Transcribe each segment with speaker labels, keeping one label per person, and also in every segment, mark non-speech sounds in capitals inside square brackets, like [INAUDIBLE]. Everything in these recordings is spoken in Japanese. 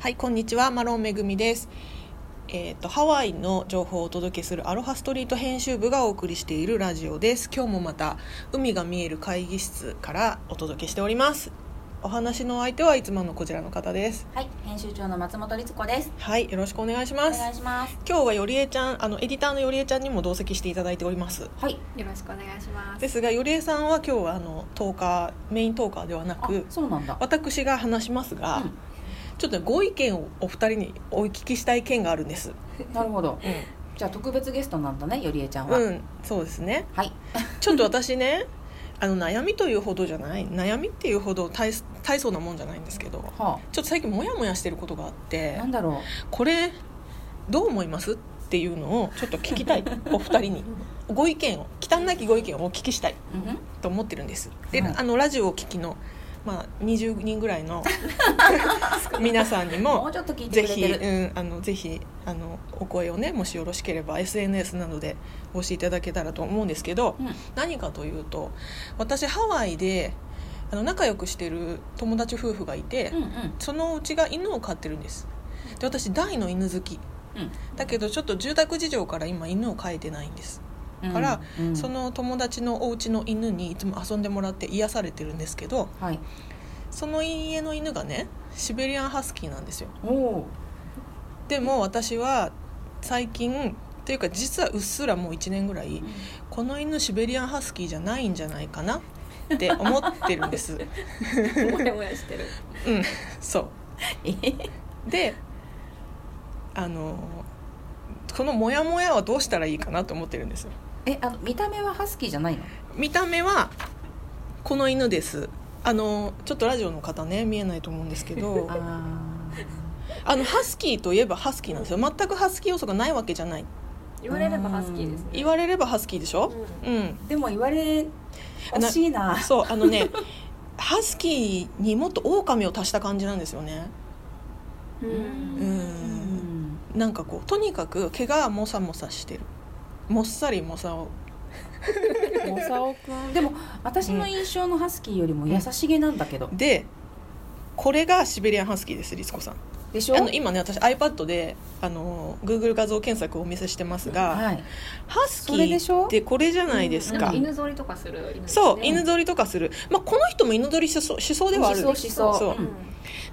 Speaker 1: はいこんにちはマロンめぐみです。えっ、とハワイの情報をお届けするアロハストリート編集部がお送りしているラジオです。今日もまた海が見える会議室からお届けしております。お話の相手はいつものこちらの方です。
Speaker 2: はい、編集長の松本律子です。
Speaker 1: はいよろしくお願いし
Speaker 2: お
Speaker 1: ます。
Speaker 2: 願いします。
Speaker 1: 今日はよりえちゃんあのエディターのよりえちゃんにも同席していただいております。
Speaker 2: はい。
Speaker 3: よろしくお願いします。
Speaker 1: ですがよりえさんは今日はあのトーカーメイントーカーではな
Speaker 2: あ
Speaker 1: く、
Speaker 2: そうなんだ。
Speaker 1: 私が話しますが、
Speaker 2: うん
Speaker 1: ちょっとご意見をお二人にお聞きしたい件があるんです。
Speaker 2: なるほど。
Speaker 1: うん
Speaker 2: じゃあ特別ゲストなんだね、よりえちゃんは。
Speaker 1: うん、そうですね。
Speaker 2: はい。
Speaker 1: ちょっと私ね、 [LAUGHS] あの悩みというほどじゃない、悩みっていうほど大大層なもんじゃないんですけど、ちょ
Speaker 2: は
Speaker 1: っと最近モヤモヤしてることがあっ
Speaker 2: あ。
Speaker 1: て
Speaker 2: な、んだろ。
Speaker 1: これどう思いますっていうのをちょっと聞きたい。お二人にご意見を、忌憚なきご意見をお聞きしたいう
Speaker 2: うんうん。
Speaker 1: と思ってるんです。で、
Speaker 2: はい
Speaker 1: あのラジオを聞きの。まあ、20人ぐらいの [LAUGHS] 皆さんにも
Speaker 2: もうちょっと聞い
Speaker 1: ぜ
Speaker 2: てくれ
Speaker 1: ひ、
Speaker 2: てる。
Speaker 1: うん、あのぜひあのお声をねもしよろしければ SNS などでお押しいただけたらと思うんですけど、
Speaker 2: うん
Speaker 1: 何かというと私ハワイであの仲良くしてる友達夫婦がいて、
Speaker 2: うんうん。
Speaker 1: そのうちが犬を飼ってるんですで私大の犬好き
Speaker 2: うん
Speaker 1: だけどちょっと住宅事情から今犬を飼えてないんです、
Speaker 2: うん
Speaker 1: から、
Speaker 2: うん
Speaker 1: その友達のお家の犬にいつも遊んでもらって癒されてるんですけど
Speaker 2: はい。
Speaker 1: その家の犬がねシベリアンハスキーなんですよ
Speaker 2: おお。
Speaker 1: でも私は最近というか実はうっすらもう1年ぐらいこの犬シベリアンハスキーじゃないんじゃないかなって思ってるんです [LAUGHS]
Speaker 3: もやもやしてる。
Speaker 1: うんそ
Speaker 2: えへへ
Speaker 1: うであのこのモヤモヤはどうしたらいいかなと思ってるんですよ
Speaker 2: え、あの見た目はハスキーじゃないの？
Speaker 1: 見た目はこの犬ですあのちょっとラジオの方ね見えないと思うんですけど [LAUGHS] あ
Speaker 2: あ
Speaker 1: のハスキーといえばハスキーなんですよ全くハスキー要素がないわけじゃない
Speaker 3: 言われればハスキーですね。
Speaker 1: 言われればハスキーでしょうん
Speaker 2: あ。でも言われ惜しいな。
Speaker 1: そうあのねハスキーにもっと狼を足した感じなんですよね
Speaker 3: う。
Speaker 1: うんんなんかこうとにかく毛がモサモサしてるもっさりモサを
Speaker 2: モサオくん。でも私の印象のハスキーよりも優しげなんだけど。
Speaker 1: でこれがシベリアンハスキーですリツコさん
Speaker 2: でしょ？
Speaker 1: あの今ね私 iPad であの Google 画像検索をお見せしてますが、
Speaker 2: はい。
Speaker 1: ハスキ
Speaker 2: それでし
Speaker 1: ー
Speaker 2: ょ
Speaker 1: ってこれじゃないです
Speaker 3: なん
Speaker 1: か、
Speaker 3: か犬ぞりとかする犬ですね。
Speaker 1: そう犬ぞりとかする、まあ、この人も犬ぞりしそうしそうではあるんです
Speaker 2: しそうしそう
Speaker 1: そう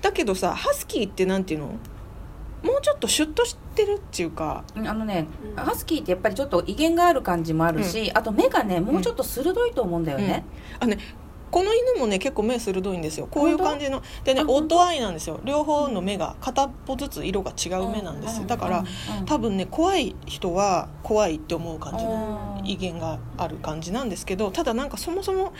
Speaker 1: だけどさハスキーってなんていうのもうちょっとシュッとしてるっていうか
Speaker 2: うんあのね、
Speaker 3: うん
Speaker 2: ハスキーってやっぱりちょっと威厳がある感じもあるし、あと目がねもうちょっと鋭いと思うんだよね、
Speaker 1: あねこの犬もね結構目鋭いんですよこういう感じのでね
Speaker 2: あ
Speaker 1: オッ
Speaker 2: 本当
Speaker 1: トアイなんですよ両方の目が片っぽずつ色が違う目なんですよだから多分ね怖い人は怖いって思う感じの
Speaker 2: うん
Speaker 1: 威厳がある感じなんですけどただなんかそもそも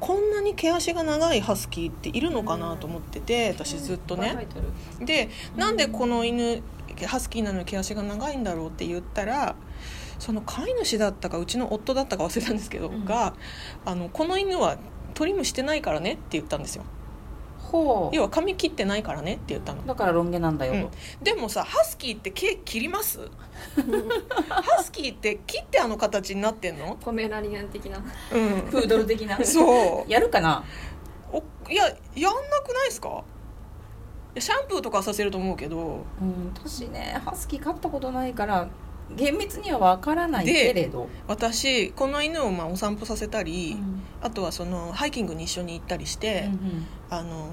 Speaker 1: こんなに毛足が長いハスキーっているのかなと思ってて私ずっと
Speaker 3: い
Speaker 1: ね
Speaker 3: っぱい生えてる。
Speaker 1: でなんでこの犬ハスキーなのに毛足が長いんだろうって言ったらその飼い主だったかうちの夫だったか忘れたんですけど、
Speaker 2: うん
Speaker 1: があのこの犬はトリムしてないからねって言ったんですよ
Speaker 2: ほ
Speaker 1: 要は髪切ってないからねって言ったの
Speaker 2: うだからロン毛なんだよ、
Speaker 1: うんでもさハスキーって毛切ります
Speaker 2: [LAUGHS]
Speaker 1: ハスキーって切ってあの形になってんの
Speaker 3: ポメラニアン的な。
Speaker 1: う
Speaker 2: プードル的な
Speaker 1: ん [LAUGHS] そう
Speaker 2: やるかな
Speaker 1: おいややんなくないですかいやシャンプーとかはさせると思うけど
Speaker 2: うん私ねハスキー飼ったことないから厳密にはわからない
Speaker 1: で
Speaker 2: けれど、
Speaker 1: 私この犬をまあお散歩させたり、
Speaker 2: うん
Speaker 1: あとはそのハイキングに一緒に行ったりし
Speaker 2: う
Speaker 1: て、
Speaker 2: ん
Speaker 1: あの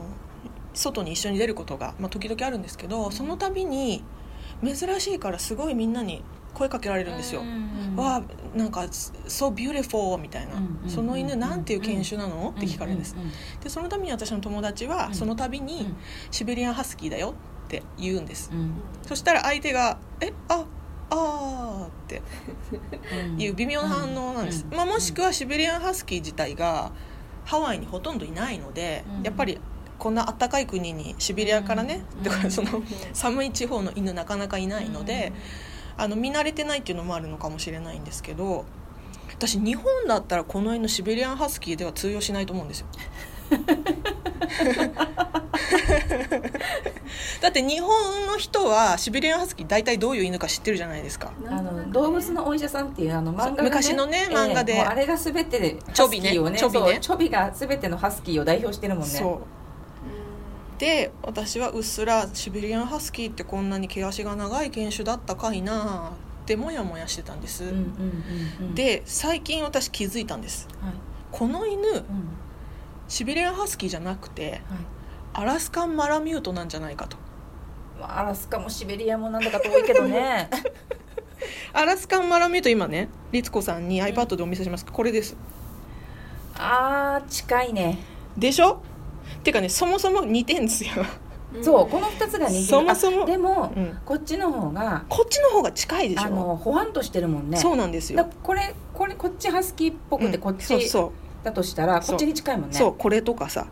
Speaker 1: 外に一緒に出ることが、まあ、時々あるんですけどその度に珍しいからすごいみんなに声かけられるんですよ。
Speaker 2: うん
Speaker 1: わあなんか「so beautiful」みたいな
Speaker 2: うん
Speaker 1: 「その犬なんていう犬種なの?」
Speaker 2: う
Speaker 1: って
Speaker 2: ん
Speaker 1: 聞かれるんです
Speaker 2: うんうん
Speaker 1: でその度に私の友達
Speaker 2: う
Speaker 1: は
Speaker 2: ん
Speaker 1: その度
Speaker 2: う
Speaker 1: に
Speaker 2: ん
Speaker 1: 「シベリアンハスキーだよ」って言うんです
Speaker 2: うん
Speaker 1: そしたら相手が「えああー」って
Speaker 2: うん
Speaker 1: いう微妙な反応なんです、
Speaker 2: うん
Speaker 1: まあ、もしくはシベリアンハスキー自体がハワイにほとんどいないので、
Speaker 2: うん
Speaker 1: やっぱりこんな暖かい国にシベリアからね、
Speaker 2: うん
Speaker 1: だからその
Speaker 3: う
Speaker 1: 寒い地方の犬なかなかいないので、あの見慣れてないっていうのもあるのかもしれないんですけど私日本だったらこの犬シベリアンハスキーでは通用しないと思うん
Speaker 2: [LAUGHS]
Speaker 1: ですよ。 [LAUGHS] だって日本の人はシベリアンハスキー大体どういう犬か知ってるじゃないですか。
Speaker 3: ん
Speaker 2: あの動物。のお医者さんっていうあの漫画が、ね、
Speaker 1: 昔のね漫画で
Speaker 2: ええもうあれがすべて
Speaker 1: チョビね
Speaker 2: ハスキーをね
Speaker 1: チョビね
Speaker 2: そうチョビがすべてのハスキーを代表してるもんね
Speaker 1: そう
Speaker 3: うん
Speaker 1: で私はうっすらシベリアンハスキーってこんなに毛足が長い犬種だったかいなってモヤモヤしてたんです、
Speaker 2: うんうんうんうん、
Speaker 1: で最近私気づいたんです
Speaker 2: はい
Speaker 1: この犬
Speaker 2: うん
Speaker 1: シベリアンハスキーじゃなくて
Speaker 2: はい
Speaker 1: アラスカンマラミュートなんじゃないかと
Speaker 2: まあアラスカもシベリアもなんだか遠いけど [LAUGHS] ね
Speaker 1: アラスカンマラミュート今ね律子さんに iPad でお見せしますこれです
Speaker 2: あー近いね
Speaker 1: でしょてかねそもそも似てんすよ、
Speaker 2: そうこの2つが似てる
Speaker 1: そもそも
Speaker 2: あでも、
Speaker 1: うん、
Speaker 2: こっちの方が
Speaker 1: こっちの方が近いでしょ
Speaker 2: あのほわんとしてるもんね
Speaker 1: そうなんです
Speaker 2: だ
Speaker 1: よ
Speaker 2: からこれこれこっちハスキーっぽくて、
Speaker 1: うん
Speaker 2: こっち
Speaker 1: そうそう
Speaker 2: だとしたら
Speaker 1: そう
Speaker 2: こっちに近いもんね
Speaker 1: そうこれとかさ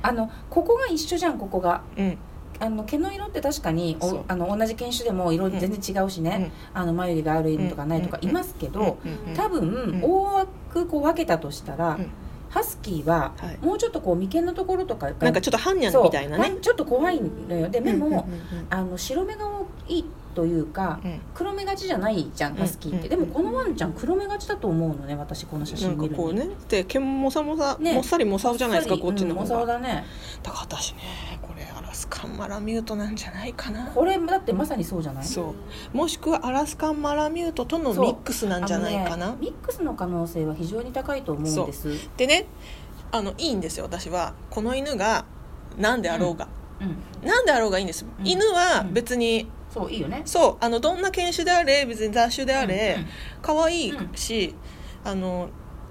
Speaker 2: あのここが一緒じゃんここが
Speaker 1: うん
Speaker 2: あの毛の色って確かに
Speaker 1: そう
Speaker 2: おあの同じ犬種でも色全然違うしね、あの眉毛がある犬とかないとかいますけど、
Speaker 1: うんうんうん
Speaker 2: 多分、
Speaker 1: ん
Speaker 2: 大枠こう分けたとしたら、
Speaker 1: うん
Speaker 2: ハスキーは
Speaker 1: はい
Speaker 2: もうちょっとこう眉間のところとか
Speaker 1: なんかちょっとハンニャンみたいなね
Speaker 2: そうちょっと怖いのよで目も、
Speaker 1: うんうん
Speaker 2: あの白目が多いというか
Speaker 1: うんうん
Speaker 2: 黒目がちじゃないじゃん
Speaker 1: うん
Speaker 2: ハスキーって、でもこのワンちゃん黒目がちだと思うのね私この写
Speaker 1: な
Speaker 2: 真
Speaker 1: んか
Speaker 2: 見る
Speaker 1: こう
Speaker 2: に
Speaker 1: ねで毛ももさもさ、
Speaker 2: ね
Speaker 1: もっさりもさおじゃないですかこっちの
Speaker 2: うん
Speaker 1: 方
Speaker 2: お
Speaker 1: が、
Speaker 2: 皿だね
Speaker 1: だから私ねこれアラスカンマラミュートなんじゃないかな
Speaker 2: これだってまさにそうじゃない
Speaker 1: そうもしくはアラスカンマラミュートとの
Speaker 2: そう
Speaker 1: ミックスなんじゃないか
Speaker 2: あ
Speaker 1: な、
Speaker 2: のねミックスの可能性は非常に高いと思うんですう、
Speaker 1: でねあのいいんですよ私はこの犬が何であろうが、
Speaker 2: ん、
Speaker 1: なんであろうがいいんです、
Speaker 2: うん
Speaker 1: 犬は別に、
Speaker 2: そういいよね
Speaker 1: そうあのどんな犬種であれ別に雑種であれ、可愛いし、あの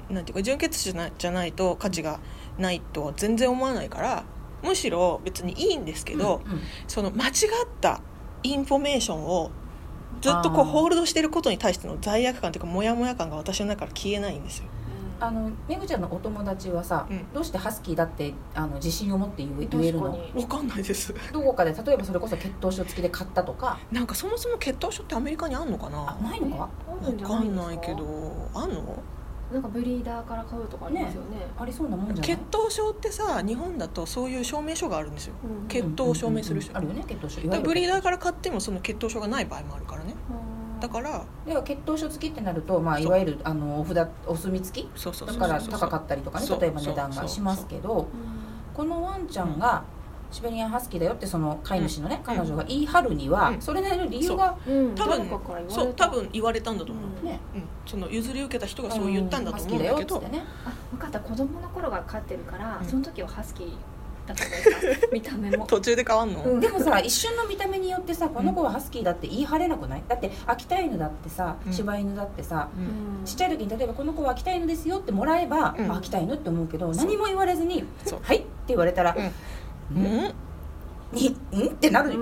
Speaker 1: なんていうか純血種じゃないじゃないと価値がないとは全然思わないからむしろ別にいいんですけ
Speaker 2: け
Speaker 1: ど、その間違ったインフォメーションをずっとこう
Speaker 2: あー
Speaker 1: ホールドしてることに対しての罪悪感というかモヤモヤ感が私の中から消えないんですよ。
Speaker 2: あのめぐちゃんのお友達はさ、
Speaker 1: うん
Speaker 2: どうしてハスキーだってあの自信を持って言え言える
Speaker 3: 確か
Speaker 2: の
Speaker 3: に
Speaker 1: わかんないです。
Speaker 2: どこかで例えばそれこそ血統書付きで買ったとか
Speaker 1: なんかそもそも血統書ってアメリカにあんのかな。
Speaker 2: あ
Speaker 1: わ
Speaker 2: ないのか
Speaker 1: かんないけど、あんの？
Speaker 3: なんかブリーダーから買うとかありますよね
Speaker 2: ありそうなもんじゃない
Speaker 1: 血統書ってさ、日本だとそういう証明書があるんですよ。
Speaker 3: うん
Speaker 1: 血統を証明する人
Speaker 2: うんうんうんあるよね血統書い
Speaker 1: だから
Speaker 2: わゆる
Speaker 1: ブリーダーから買ってもその血統書がない場合もあるからね。
Speaker 3: うん
Speaker 1: だから、
Speaker 2: では血統書付きってなると、まあ、
Speaker 1: そう
Speaker 2: いわゆるあのお札お墨付き
Speaker 1: そうそう
Speaker 2: だ
Speaker 1: そう
Speaker 2: から
Speaker 1: そう
Speaker 2: 高かったりとかね
Speaker 1: そう
Speaker 2: 例えば値段
Speaker 1: そう
Speaker 2: がしますけど
Speaker 3: うん
Speaker 2: このワンちゃんがシベリアンハスキーだよってその飼い主のね、彼女が言い張るには、
Speaker 1: うん
Speaker 2: それなりの理由が
Speaker 3: うん
Speaker 1: 多分
Speaker 3: 誰かから言われた
Speaker 1: そう多分言われたんだと思う。
Speaker 3: うん
Speaker 2: ね
Speaker 1: うん、その譲り受けた人がそう言ったんだと思うんだけ
Speaker 2: ハスキーだよ
Speaker 1: ど
Speaker 2: っつっ。てね
Speaker 3: あ分かった子供の頃が飼ってるから、
Speaker 1: うん
Speaker 3: その時はハスキーだと思います見た目も
Speaker 1: 途中で変わんの、
Speaker 3: うん
Speaker 2: でもさ一瞬の見た目によってさこの子はハスキーだって言い張れなくないだって秋田犬だってさ
Speaker 1: うん
Speaker 2: 柴犬だってさ、
Speaker 1: うん
Speaker 2: ちっちゃい時に例えばこの子は秋田犬ですよってもらえば、
Speaker 1: うん
Speaker 2: あ秋田犬って思うけど
Speaker 1: そう
Speaker 2: 何も言われずに「
Speaker 1: そう
Speaker 2: はい」って言われたら「ん
Speaker 1: うん
Speaker 2: にん?」ってなるよ、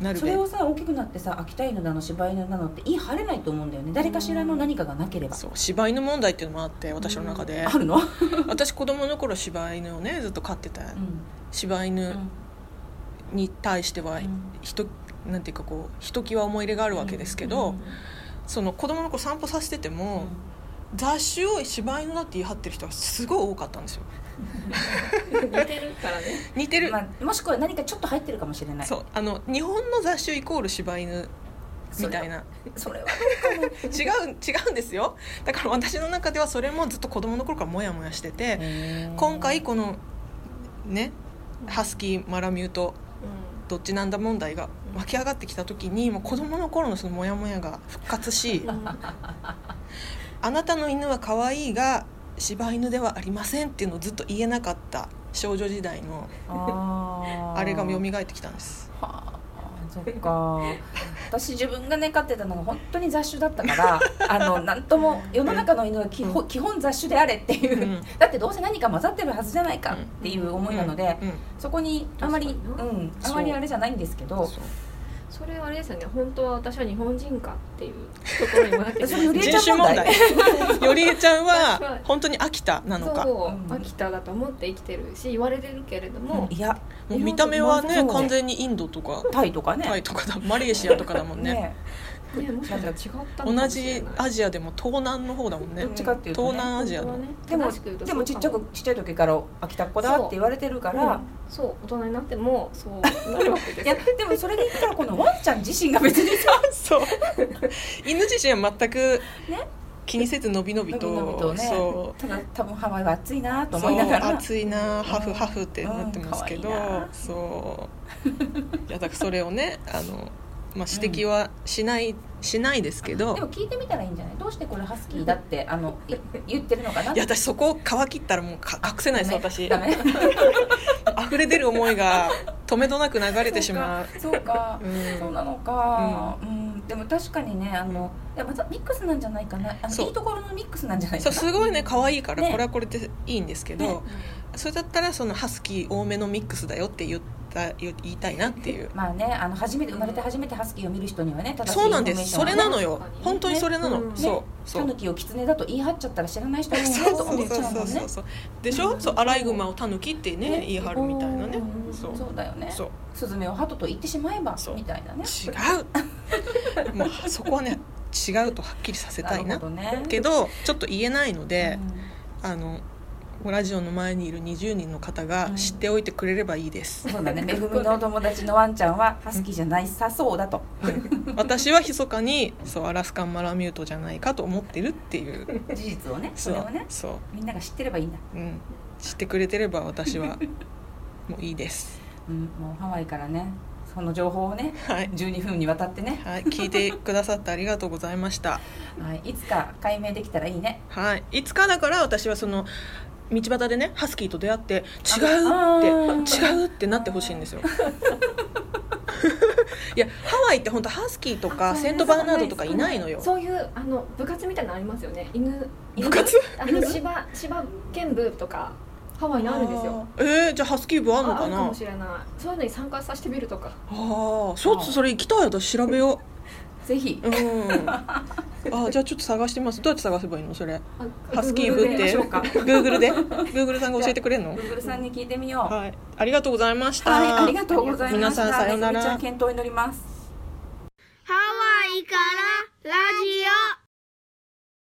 Speaker 1: なる
Speaker 2: そ
Speaker 1: べ
Speaker 2: れをさ大きくなってさ秋田犬なの柴犬なのって言い張れないと思うんだよね誰かしらの何かがなければ、
Speaker 1: そう柴犬問題っていうのもあって私の中で
Speaker 2: あ、るの、
Speaker 1: [LAUGHS] 私子供の頃柴犬をねずっと飼ってた
Speaker 2: うん
Speaker 1: 柴犬に対してはひとなんていうかこうひときわ思い入れがあるわけですけど、
Speaker 2: うん
Speaker 1: その子供の子散歩させてても、雑種を柴犬だって言い張ってる人がすごい多かったんですよ
Speaker 3: うん似てるからね
Speaker 1: 似てる、
Speaker 2: まあ、もしくは何かちょっと入ってるかもしれない
Speaker 1: そうあの日本の雑種イコール柴犬みたいな
Speaker 2: それは
Speaker 1: 違う [LAUGHS] 違うんですよだから私の中ではそれもずっと子供の頃からモヤモヤしてて、今回このねハスキーマラミュートどっちなんだ問題が湧き上がってきた時にもう子供の頃のそのモヤモヤが復
Speaker 3: [LAUGHS]
Speaker 1: 活し
Speaker 3: うんうん
Speaker 1: あなたの犬は可愛いが柴犬ではありませんっていうのをずっと言えなかった少女時代の
Speaker 2: あー
Speaker 1: あれが蘇ってきたんです
Speaker 2: はあそっか私自分がね飼ってたのが本当に雑種だったからあのなんとも世の中の犬は基本,、基本雑種であれっていう、
Speaker 1: うん
Speaker 2: だってどうせ何か混ざってるはずじゃないかっていう思いなので、
Speaker 1: うんうん
Speaker 2: そこにあまり、う
Speaker 3: 確か
Speaker 2: ん、
Speaker 1: そう
Speaker 2: あまりあれじゃないんですけど
Speaker 1: そう
Speaker 3: それあれですよね本当は私は日本人かっていうところにもなって
Speaker 2: それより
Speaker 1: 人種問題よりえちゃん
Speaker 3: 確か
Speaker 1: は
Speaker 3: に
Speaker 1: 本当に秋田なのかも
Speaker 3: そううん秋田だと思って生きてるし言われてるけれども、
Speaker 2: いや
Speaker 1: う見た目は
Speaker 2: そ
Speaker 1: ね
Speaker 2: うね
Speaker 1: 完全にインドとか
Speaker 2: タイとかね
Speaker 1: タイとかだマレーシアとかだもんね
Speaker 2: ね
Speaker 3: ねもしかしたら違ったのか
Speaker 1: 同
Speaker 3: もしれ
Speaker 1: じ
Speaker 3: ない
Speaker 1: アジアでも東南の方だもんね
Speaker 2: どっちかっていうと、ね、
Speaker 1: 東南アジアの
Speaker 3: 本当はね
Speaker 2: でも
Speaker 3: 正しく言うと
Speaker 2: でもちっちゃ
Speaker 3: そう
Speaker 2: くちっちゃい時から秋田っ子だって言われてるか、
Speaker 3: からもうんそう大人になってもそうなるわけです
Speaker 2: [LAUGHS] いや
Speaker 3: よ
Speaker 2: でもそれで言った
Speaker 1: [LAUGHS]
Speaker 2: らこのワンちゃん自身が別にさ
Speaker 1: そう犬自身は全く
Speaker 2: ね
Speaker 1: 気にせず伸び伸び
Speaker 2: 伸
Speaker 1: と
Speaker 2: び伸びとね
Speaker 1: そう
Speaker 2: ただ多分ハワイは暑いなと
Speaker 1: そ
Speaker 2: 思
Speaker 1: う
Speaker 2: いながら
Speaker 1: 暑いなハフハフってなってますけど、
Speaker 2: うん可愛いな
Speaker 1: そういやだからそれをねあの、まあ、指摘はしない、しないですけど
Speaker 2: でも聞いてみたらいいんじゃないどうしてこれハスキーだってあのい言ってるのかない
Speaker 1: や私そこ皮切ったらもうか隠せないです私 [LAUGHS]
Speaker 2: ダメ
Speaker 1: 溢れ出る思い
Speaker 2: [LAUGHS]
Speaker 1: が止めどなく流れてしまう。
Speaker 2: そうか
Speaker 1: う、ん
Speaker 2: そうなのか、うんでも確かにねあの、いやまたミックスなんじゃないかなあ
Speaker 1: そう
Speaker 2: のいいところのミックスなんじゃないか
Speaker 1: そう
Speaker 2: な
Speaker 1: すごいね可愛いから
Speaker 2: ね
Speaker 1: これはこれでいいんですけど、それだったらそのハスキー多めのミックスだよって言った言いたいなっていう
Speaker 2: まあねあの初めて生まれて初めてハスキーを見る人にはね正しい
Speaker 1: そうなんで
Speaker 2: イン
Speaker 1: す
Speaker 2: フォ
Speaker 1: そ
Speaker 2: メ
Speaker 1: れ
Speaker 2: ーション
Speaker 1: な
Speaker 2: はね
Speaker 1: のよ
Speaker 3: ね
Speaker 1: 本当にそれなの、
Speaker 3: うん
Speaker 1: そうそ
Speaker 2: タ
Speaker 1: う
Speaker 2: ヌキをキツネだと言い張っちゃったら知らない人もいる
Speaker 1: そう
Speaker 2: と
Speaker 1: そ
Speaker 2: 思っ
Speaker 1: う
Speaker 2: ち
Speaker 1: そう
Speaker 2: ゃう
Speaker 1: そ
Speaker 2: も
Speaker 1: うん
Speaker 2: ね
Speaker 1: そうそうでしょ、そうアライグマをタヌキってね
Speaker 2: ね
Speaker 1: 言い張るみたいなね
Speaker 3: うん
Speaker 1: そう
Speaker 2: そうだよね
Speaker 1: そう
Speaker 2: スズメをハトと言ってしまえば
Speaker 1: そう
Speaker 2: みたいなね
Speaker 1: 違
Speaker 2: [LAUGHS]
Speaker 1: うもうそこはね違うとはっきりさせたいな
Speaker 2: るほどね
Speaker 1: けどちょっと言えないので
Speaker 2: う、ん
Speaker 1: あのラジオの前にいる20人の方が
Speaker 2: うん
Speaker 1: 知っておいてくれればい
Speaker 3: [LAUGHS]
Speaker 1: いです、
Speaker 2: そうだね、めぐみのお友達のワンちゃんはハスキーじゃないさそう
Speaker 1: [LAUGHS]
Speaker 2: だと。
Speaker 1: 私は密かにそうアラスカンマラミュートじゃないかと思ってるっ
Speaker 3: [LAUGHS]
Speaker 1: ていう
Speaker 2: 事実をね、そ
Speaker 1: そう
Speaker 2: れをね、
Speaker 1: そ
Speaker 2: みんなが知ってればいいんだ。
Speaker 1: う、うん、知ってくれてれば私はもういいです [LAUGHS]
Speaker 2: うん、もうハワイからね、その情報をね、
Speaker 1: はい、
Speaker 2: 12分にわたってね、
Speaker 1: はい、聞いてくださってありがとうございました
Speaker 2: はい、いつか解明できたらいいね。
Speaker 1: はい、いつかだから私はその道端でねハスキーと出会って違う
Speaker 2: ああ
Speaker 1: って
Speaker 2: ー
Speaker 1: 違うってなってほしい
Speaker 3: [LAUGHS]
Speaker 1: んですよいやハワイって本当ハスキーとか
Speaker 3: あそうね
Speaker 1: セントバーナードとかいないのよ
Speaker 3: そういうあの部活みたいなのありますよね犬犬
Speaker 1: 部活
Speaker 3: あの芝芝犬部とかハワイにあるんですよ
Speaker 1: あーえー、じゃあハスキー部あんの
Speaker 3: ああ
Speaker 1: か
Speaker 3: る
Speaker 1: な
Speaker 3: か
Speaker 1: あ
Speaker 3: もしれないそういうのに参加させてみるとか
Speaker 1: あーちょっとそれ行きたい私調べよ
Speaker 2: ぜひ
Speaker 1: う、うんあーじゃあちょっと探してみますどうやって探せばいいのそれ
Speaker 3: あ
Speaker 1: ハスキー
Speaker 2: Google
Speaker 1: 部っ
Speaker 2: で
Speaker 1: て
Speaker 2: しょうか
Speaker 1: Google で Google さんが教えてくれるの
Speaker 2: Google さんに聞いてみよう。
Speaker 1: はいありがとうございました、
Speaker 2: はい、ありがとうございました。
Speaker 1: 皆さんさようなら
Speaker 2: めぐみちゃん検討に乗ります。
Speaker 4: ハワイから